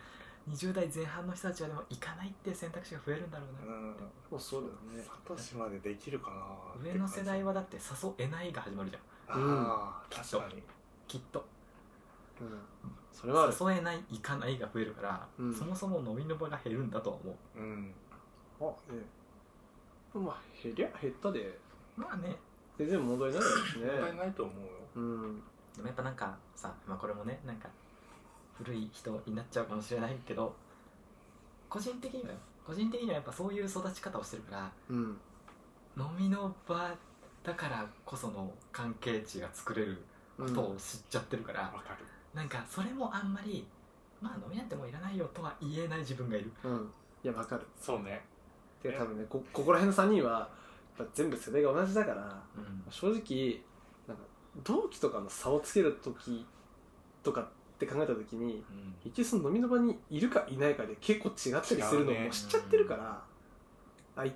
Speaker 3: 20代前半の人たちはでも行かないっていう選択肢が増えるんだろ
Speaker 2: ろ
Speaker 3: う
Speaker 2: うねう
Speaker 3: な、
Speaker 2: ん
Speaker 1: もうそうだよね
Speaker 2: サトシまでできるかな
Speaker 3: 上の世代
Speaker 2: は
Speaker 3: はだって誘えないが始まるじゃん
Speaker 2: ああ確かに
Speaker 3: きっと
Speaker 1: うんそれはある
Speaker 3: 誘えない行かないが増えるから、
Speaker 1: うん
Speaker 3: そもそも飲みの場が減るんだとは思う
Speaker 2: うん
Speaker 1: あねまあ減りゃ減ったで
Speaker 3: まあね
Speaker 1: 全然問題ないですね
Speaker 2: 問題ないと思うよ
Speaker 1: うん
Speaker 3: でもやっぱなんかさ、まあ、これもねなんか古い人になっちゃうかもしれないけど個人的にはよ個人的にはやっぱそういう育ち方をしてるから
Speaker 1: うん
Speaker 3: 飲みの場だからこその関係値が作れる
Speaker 1: う
Speaker 3: こ
Speaker 1: ん
Speaker 3: とを知っちゃってるから、
Speaker 2: わかる
Speaker 3: なんかそれもあんまりまあ飲みなんてもういらないよとは言えない自分がいる
Speaker 1: うんいやわかる
Speaker 2: そうね
Speaker 1: てか多分ねこここら辺の3人はやっぱ全部世代が同じだから
Speaker 3: うん
Speaker 1: 正直なんか同期とかの差をつける時とかって考えた時に
Speaker 3: うん
Speaker 1: 一応その飲みの場にいるかいないかで結構違ったりするの
Speaker 2: 違う
Speaker 1: も
Speaker 2: ね
Speaker 1: 知っちゃってるから、あい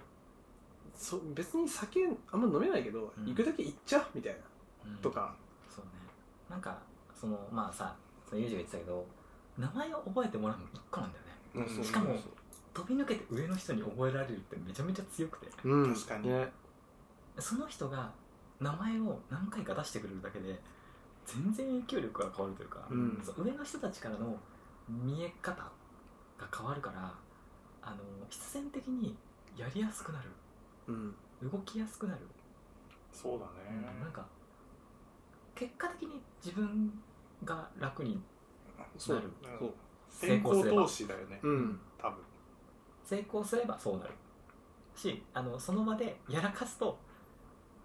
Speaker 1: そ別に酒あんま飲めないけど、
Speaker 3: うん
Speaker 1: 行くだけ行っちゃうみたいなとか、
Speaker 3: そうねなんかそのまあさそのユージが言ってたけど名前を覚えてもらうの1個なんだよね
Speaker 1: うん
Speaker 2: うん
Speaker 1: そう
Speaker 3: しかも飛び抜けて上の人に覚えられるってめちゃめちゃ強くて
Speaker 1: うん、
Speaker 2: 確かに
Speaker 1: ね、
Speaker 3: その人が名前を何回か出してくれるだけで全然影響力が変わるというか、
Speaker 1: うん
Speaker 3: そう上の人たちからの見え方が変わるからあの必然的にやりやすくなる
Speaker 1: うん、
Speaker 3: 動きやすくなる、
Speaker 2: そうだ
Speaker 3: なん
Speaker 2: ね
Speaker 3: か結果的に自分が楽に
Speaker 1: そう
Speaker 3: なる
Speaker 1: そう
Speaker 3: 成
Speaker 2: 先
Speaker 3: 功
Speaker 2: 行
Speaker 3: すれば
Speaker 2: 投資だよね
Speaker 1: うん
Speaker 2: 多分
Speaker 3: 成功すればそうなるしあのその場でやらかすと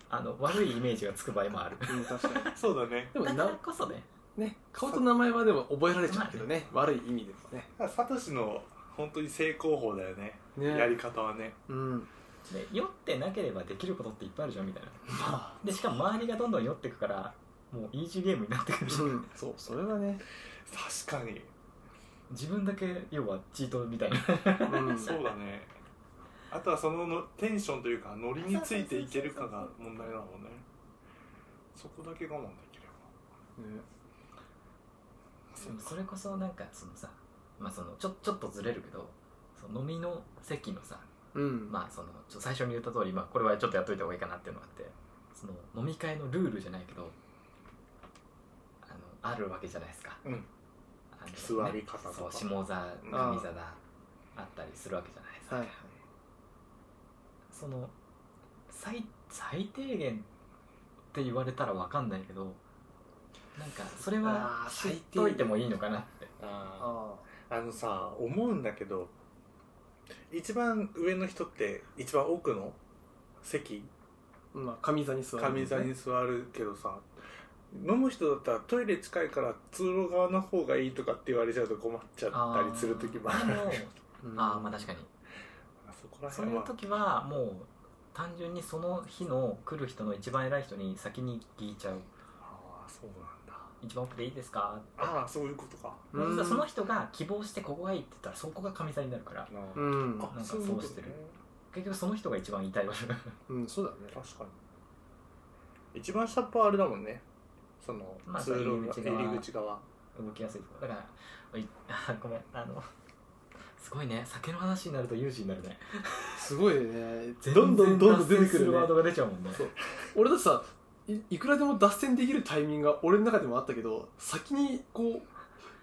Speaker 3: あの悪いイメージがつく場合もある
Speaker 1: うん、確かに
Speaker 2: そうだね
Speaker 1: でも
Speaker 3: だから
Speaker 1: な、
Speaker 3: こそね
Speaker 1: ね、顔と名前はでも覚えられちゃうけどね悪い意味でもね
Speaker 2: サトシの本当に成功法だよね
Speaker 1: ね
Speaker 2: やり方はね
Speaker 1: うん
Speaker 3: で酔ってなければできることっていっぱいあるじゃんみたいな
Speaker 1: まあ
Speaker 3: でしかも周りがどんどん酔ってくからもうイージーゲームになってくるし、
Speaker 1: うんそうそれは ね、
Speaker 2: 確かに
Speaker 3: 自分だけ要はチートみたいな
Speaker 1: うん、
Speaker 2: そうだねあとはそののテンションというかノリについていけるかが問題なのねそこだけ我慢できれば
Speaker 1: ね
Speaker 2: そ
Speaker 3: それこそなんかそのさ、まあ、そのちょちょっとずれるけどその飲みの席のさ、
Speaker 1: うん
Speaker 3: まあ、そのちょ最初に言った通り、まあ、これはちょっとやっといた方がいいかなっていうのがあってその飲み会のルールじゃないけどあのあるわけじゃないですか
Speaker 2: うん
Speaker 3: あの
Speaker 2: 座り方とか
Speaker 3: そう下座上座だあったりするわけじゃないですか
Speaker 1: はいはい
Speaker 3: その最最低限って言われたらわかんないけどなんかそれは
Speaker 1: あー
Speaker 3: 知
Speaker 1: 最
Speaker 3: っ
Speaker 1: 低限
Speaker 3: といてもいいのかなって
Speaker 2: あ
Speaker 1: あ
Speaker 2: あのさ思うんだけど一番上の人って一番奥の席
Speaker 1: あまあ上座に座る
Speaker 2: 上座に座るけどさ飲む人だったらトイレ近いから通路側の方がいいとかって言われちゃうと困っちゃったりする時もある
Speaker 3: でも
Speaker 1: うん
Speaker 3: あーまあ確かに
Speaker 2: あそこら
Speaker 3: そう
Speaker 2: 辺
Speaker 3: いう
Speaker 2: は
Speaker 3: 時はもう単純にその日の来る人の一番偉い人に先に聞いちゃう
Speaker 2: ああそうなんだ
Speaker 3: 一番奥でいいですかって
Speaker 2: ああそういうことか
Speaker 1: うん
Speaker 3: 実はその人が希望してここがいいって言ったらそこが上座になるから
Speaker 2: あ
Speaker 1: うん
Speaker 3: な
Speaker 2: い
Speaker 3: んか
Speaker 2: ことね
Speaker 3: そうしてる結局その人が一番言いたい場所
Speaker 1: うんそうだね
Speaker 2: 確かに一番下っ端はあれだもんねその
Speaker 3: まあ
Speaker 2: 通路の
Speaker 3: 入り口側
Speaker 2: 入り口 側
Speaker 3: 動きやすいとこだからいあごめんあのすごいね酒の話になると有事になるね
Speaker 1: すごいねど
Speaker 3: ど
Speaker 1: ん
Speaker 3: ん
Speaker 1: ど
Speaker 3: ど
Speaker 1: ん
Speaker 3: ん
Speaker 1: ど
Speaker 3: ど
Speaker 1: ん
Speaker 3: ん
Speaker 1: どん
Speaker 3: どん
Speaker 1: 出
Speaker 3: 出
Speaker 1: て
Speaker 3: て
Speaker 1: く
Speaker 3: く
Speaker 1: る
Speaker 3: る
Speaker 1: ね
Speaker 3: ワードが出ちゃうもんね
Speaker 1: そう俺だってさいいくらでも脱線できるタイミングが俺の中でもあったけど先にこう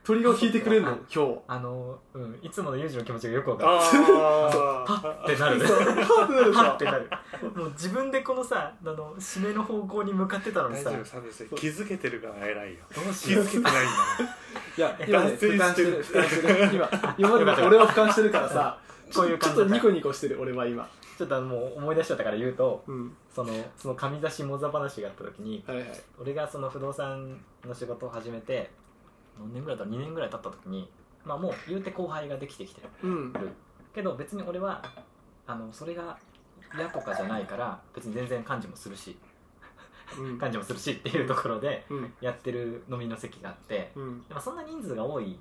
Speaker 1: トリガーを引いてくれるの
Speaker 3: あ
Speaker 1: 今日
Speaker 3: あの、うん、いつものユージの気持ちがよくわかる
Speaker 2: あ
Speaker 3: はってなる
Speaker 1: そうハード ル
Speaker 3: は
Speaker 1: さ
Speaker 3: ってなるもう自分でこのさあの締めの方向に向かってたのに
Speaker 2: 大
Speaker 3: さ
Speaker 2: 丈
Speaker 3: ど
Speaker 2: 夫サービス気づけてるから偉いよ
Speaker 3: う
Speaker 2: 気
Speaker 3: しよ
Speaker 2: づ
Speaker 3: う
Speaker 2: けてないんだね
Speaker 1: いや今ね
Speaker 2: 脱線
Speaker 1: 俯瞰
Speaker 2: し
Speaker 1: して
Speaker 2: て
Speaker 1: る俯
Speaker 2: る
Speaker 1: 瞰してる 今今までの俺は俯瞰してるからさち
Speaker 3: こ
Speaker 1: ょ
Speaker 3: ういう
Speaker 1: ちょ
Speaker 3: 感
Speaker 1: っ
Speaker 3: じだ
Speaker 1: とニコニコしてる俺は今
Speaker 3: ちょっとあのもう思い出しちゃったから言うと
Speaker 1: うん
Speaker 3: そのその上座下座話があった時に
Speaker 1: はいはい
Speaker 3: 俺がその不動産の仕事を始めて何年ぐらいだ2年ぐらい経った時にまあもう言うて後輩ができてきてる
Speaker 1: うん
Speaker 3: けど別に俺はあのそれが嫌とかじゃないから別に全然幹事もするし
Speaker 1: うん
Speaker 3: 幹事もするしっていうところで
Speaker 1: うん
Speaker 3: やってる飲みの席があって
Speaker 1: うん
Speaker 3: でもそんな人数が多い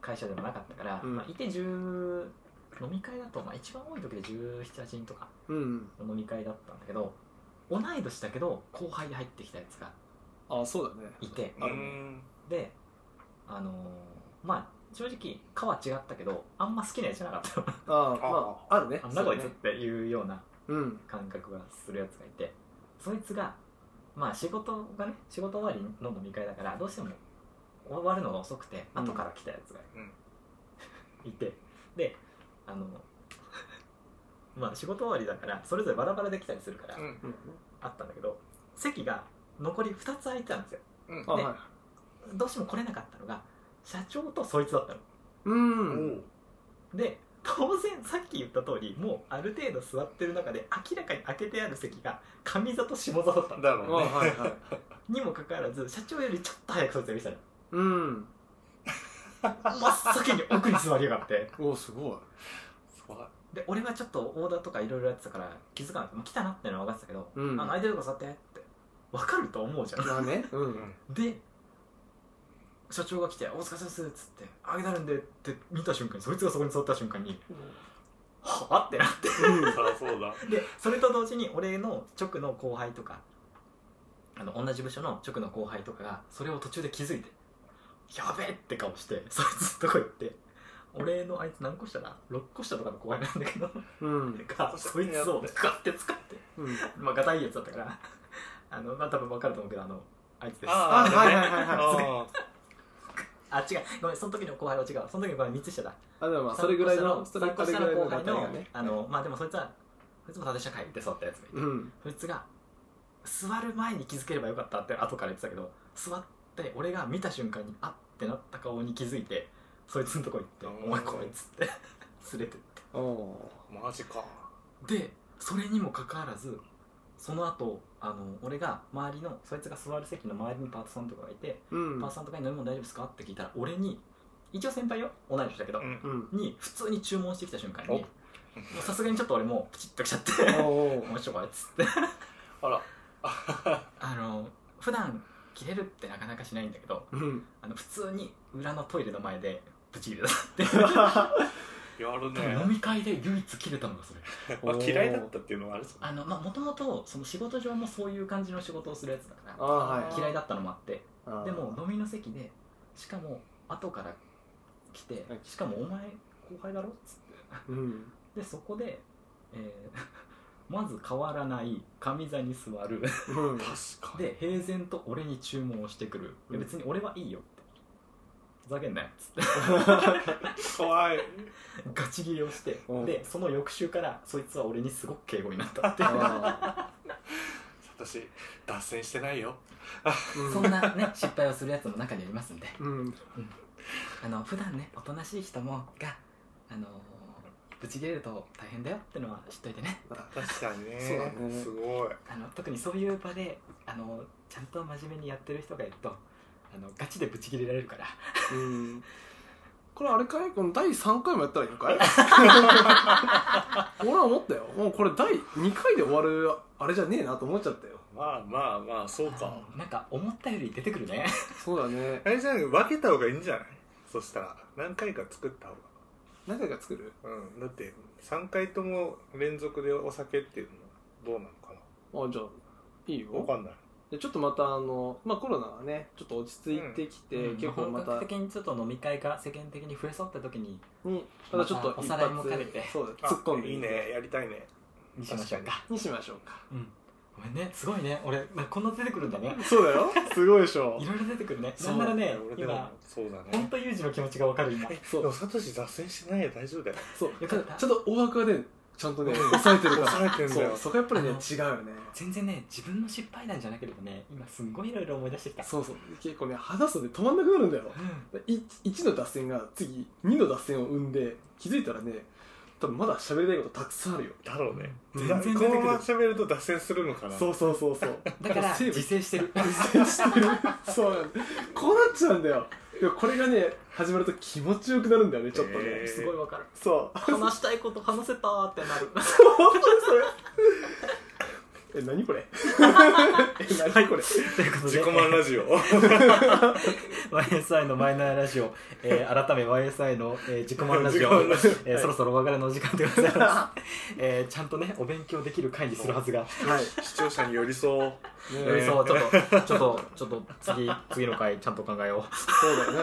Speaker 3: 会社でもなかったから、
Speaker 1: うん
Speaker 3: まあ、いて10飲み会だと、まあ、一番多い時で178人とか
Speaker 1: うん
Speaker 3: の飲み会だったんだけど同い年だけど後輩で入ってきたやつが
Speaker 1: あそうだね
Speaker 3: いて
Speaker 1: あるね
Speaker 2: ん
Speaker 3: であのーまあ正直科は違ったけどあんま好きなやつじゃな かった
Speaker 1: ああ
Speaker 2: あ
Speaker 1: まああるね
Speaker 3: あんなこいつっ
Speaker 1: そうね
Speaker 3: ていうような
Speaker 1: うん
Speaker 3: 感覚がするやつがいてそいつがまあ仕事がね仕事終わりの飲み会だからどうしても終わるのが遅くて
Speaker 1: うん
Speaker 3: 後から来たやつが
Speaker 2: うん
Speaker 3: いて、であのまあ仕事終わりだからそれぞれバラバラで来たりするから、
Speaker 2: うん
Speaker 1: うん
Speaker 3: あったんだけど席が残り2つ空いてたんですよ
Speaker 2: うん
Speaker 1: あ
Speaker 3: で
Speaker 1: はい
Speaker 3: どうしても来れなかったのが社長とそいつだったの
Speaker 1: うん
Speaker 3: で当然さっき言った通りもうある程度座ってる中で明らかに開けてある席が上座と下座だったの
Speaker 2: だ
Speaker 1: あ
Speaker 2: ろうね
Speaker 1: はいはい
Speaker 3: にもかかわらず社長よりちょっと早くそいつが見せたの
Speaker 1: うん
Speaker 3: 真っ先に奥に座りやがって
Speaker 1: おすごい
Speaker 2: そうだ
Speaker 3: で俺はちょっとオーダーとかいろいろやってたから気づかなくてもう来たなってのは分かってたけど、
Speaker 1: うん
Speaker 3: あの空いてるとこ座ってって分かると思うじゃん
Speaker 1: まあねうん
Speaker 3: で社長が来て「大塚です」っつって「あげたるんで」って見た瞬間にそいつがそこに座った瞬間に「はあ?」ってなって
Speaker 2: そりゃそうだ
Speaker 3: でそれと同時に俺の直の後輩とかあの同じ部署の直の後輩とかがそれを途中で気づいてやべえって顔してそいつのとこ行って俺のあいつ何個下だ6個下とかの後輩なんだけど
Speaker 1: うん
Speaker 3: がそいつをガッて使って
Speaker 1: うん
Speaker 3: まあガタいいやつだったからあのまあ多分分かると思うけどあのあいつですあ
Speaker 2: ああ、
Speaker 1: はいはいはい
Speaker 2: は
Speaker 3: 違うごめんその時の後輩は違うその時の後輩3つ下だ
Speaker 1: あでもまあそれぐらいのそ
Speaker 3: 3
Speaker 1: れ
Speaker 3: 個
Speaker 1: あれ
Speaker 3: 下
Speaker 1: ぐらい
Speaker 3: の
Speaker 1: の
Speaker 3: 後輩
Speaker 1: 段階
Speaker 3: の
Speaker 1: がね
Speaker 3: あのまあでもそいつはそいつも縦社会で育ったやつがいて
Speaker 1: うん
Speaker 3: そいつが座る前に気づければよかったって後から言ってたけど座って俺が見た瞬間にあってなった顔に気づいてそいつのとこ行って
Speaker 2: うん
Speaker 3: 「お前こいつ」って連れてっ
Speaker 1: おお
Speaker 2: い。マジか。
Speaker 3: てでそれにもかかわらずその後あの俺が周りのそいつが座る席の周りにパートさんとかがいて、
Speaker 1: ーうん
Speaker 3: パートさんとかに飲み物大丈夫ですかって聞いたら俺に一応先輩よ同い年だけど、
Speaker 2: うん。
Speaker 1: うん
Speaker 3: に普通に注文してきた瞬間に
Speaker 2: お
Speaker 3: もうさすがにちょっと俺もうプチッときちゃ って
Speaker 1: おお
Speaker 3: 「面白い」っつって
Speaker 2: あら。あ
Speaker 3: あの普段切れるってなかなかしないんだけど
Speaker 1: うん
Speaker 3: あの普通に裏のトイレの前でブチ切れた って
Speaker 2: やるね。
Speaker 3: 飲み会で唯一切れたのがそれ
Speaker 2: まあ嫌いだったっていうのもあるじゃん。
Speaker 3: あのまあもともとその仕事上もそういう感じの仕事をするやつだか
Speaker 1: あ
Speaker 3: ら
Speaker 1: はい
Speaker 3: 嫌いだったのもあって
Speaker 1: あー
Speaker 3: でも飲みの席でしかも後から来て
Speaker 1: はい
Speaker 3: しかもお前後輩だろっつって
Speaker 1: うん
Speaker 3: でそこで、えー まず変わらない上座に座る
Speaker 1: うん
Speaker 2: 確かに。
Speaker 3: で平然と俺に注文をしてくる、いや
Speaker 1: うん
Speaker 3: 別に俺はいいよってふざけんなよっつって
Speaker 2: 怖い。
Speaker 3: ガチ切れをして、
Speaker 1: うん
Speaker 3: でその翌週からそいつは俺にすごく敬語になったって
Speaker 1: あ
Speaker 2: 私、脱線してないよ。
Speaker 1: ーうん
Speaker 3: そんなね失敗をするやつも中にありますんで
Speaker 1: うん
Speaker 3: あの普段ねおとなしい人もがあのーぶち切れると大変だよってのは知っといてね
Speaker 2: 確かにね。
Speaker 1: そうだね
Speaker 2: すごい。
Speaker 3: あの特にそういう場であのちゃんと真面目にやってる人がいるとあのガチでぶち切れられるから
Speaker 1: うんこれあれかいこの第3回もやったらいいの かい俺は思ったよもうこれ第2回で終わるあれじゃねえなと思っちゃったよ
Speaker 2: まあまあまあ、そうか。
Speaker 3: あのなんか思ったより出てくるね
Speaker 1: そうだね
Speaker 2: あれじゃない分けた方がいいんじゃないそしたら。何回か作った方が。
Speaker 1: 何回か作る
Speaker 2: うん。だって、3回とも連続でお酒っていうのはどうなのか
Speaker 1: あじゃあいい
Speaker 2: なわ
Speaker 1: よ
Speaker 2: かんない。
Speaker 1: でちょっとまたあの、まあ、コロナはねちょっと落ち着いてきて、
Speaker 3: うん
Speaker 1: 結構また
Speaker 3: 本格的にちょっと飲み会が世間的に増えそうった時に
Speaker 1: にまたちょっと
Speaker 3: またおさらいも兼ねて
Speaker 1: そう
Speaker 2: あ
Speaker 1: だ突っ込んで
Speaker 2: いい
Speaker 1: みて
Speaker 2: ね。やりたいね。
Speaker 3: にしましょうか
Speaker 1: にしましょうか
Speaker 3: うんごめんねすごいね俺なんかこんな出てくるんだね
Speaker 1: そうだよ すごいでしょ
Speaker 3: いろいろ出てくるね。
Speaker 1: そ
Speaker 3: な
Speaker 1: うん
Speaker 3: ならね、
Speaker 2: 俺でも
Speaker 3: 今、
Speaker 2: そうだ
Speaker 3: 本
Speaker 2: ね。
Speaker 3: 当ユージの気持ちがわかる今。
Speaker 2: え、
Speaker 1: そう
Speaker 2: でもサトシ脱線してないよ。大丈夫だよ。
Speaker 1: そう
Speaker 3: よ
Speaker 1: ち
Speaker 3: か
Speaker 1: ょ
Speaker 3: っ
Speaker 1: ったと大枠はねちゃんとね抑えてるから
Speaker 2: 抑えてんだよ
Speaker 1: そうそこやっぱりね
Speaker 3: あの
Speaker 1: 違うよね
Speaker 3: 全然ね、自分の失敗談じゃなければね、今すんごいいろいろ思い出してきた。
Speaker 1: そうそう結構ね話すとね止まんなくなるんだよ
Speaker 3: うん
Speaker 1: い1の脱線が次2の脱線を生んで気づいたらね多分まだ喋りたいことたくさんあるよ
Speaker 2: だろうね。
Speaker 1: 全
Speaker 3: 然出てくる
Speaker 2: このまま喋ると脱線するのかな。
Speaker 1: そうそうそうそう
Speaker 3: だから、
Speaker 1: セーブ
Speaker 3: 自制してる。
Speaker 1: 苦戦してるそうなんだこうなっちゃうんだよでもこれがね始まると気持ちよくなるんだよねちょっとね、
Speaker 2: へー
Speaker 3: すごいわ かる。
Speaker 1: そう
Speaker 3: 話したいこと話せたーって なる。
Speaker 1: え何これえ何これ、
Speaker 3: ということ
Speaker 2: 自
Speaker 3: で、
Speaker 2: 己満ラジオ。
Speaker 3: YSI のマイナーラジオ、えー改め YSI の、えー自己満ラジ
Speaker 2: 自
Speaker 3: オ
Speaker 2: 己、満ラジオ
Speaker 3: えーそろそろお別れのお時間でございます。えーちゃんとね、お勉強できる会にするはずが。
Speaker 1: はい
Speaker 2: 視聴者に寄り添おう。
Speaker 1: ね
Speaker 3: 寄り添おうちょっと、ちょっと、ちょっと、次、次の回ちゃんと考えよう。
Speaker 1: そうだよね本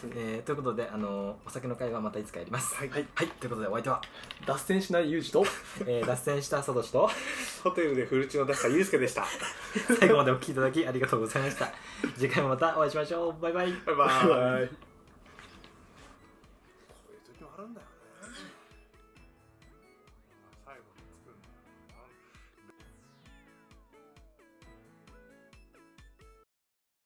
Speaker 1: 当に
Speaker 3: えーということで、あのーお酒の会はまたいつかやります。
Speaker 2: はい。
Speaker 3: はい、ということでお相 手は、
Speaker 1: 脱線しないユージと
Speaker 3: えー脱線したサトシと
Speaker 2: ホテルでフルチの出したユうスケでした。
Speaker 3: 最後までお聞きいただきありがとうございました。次回もまたお会いしましょう。バイバイ。
Speaker 2: バイバ
Speaker 1: バ
Speaker 2: イ。
Speaker 1: イ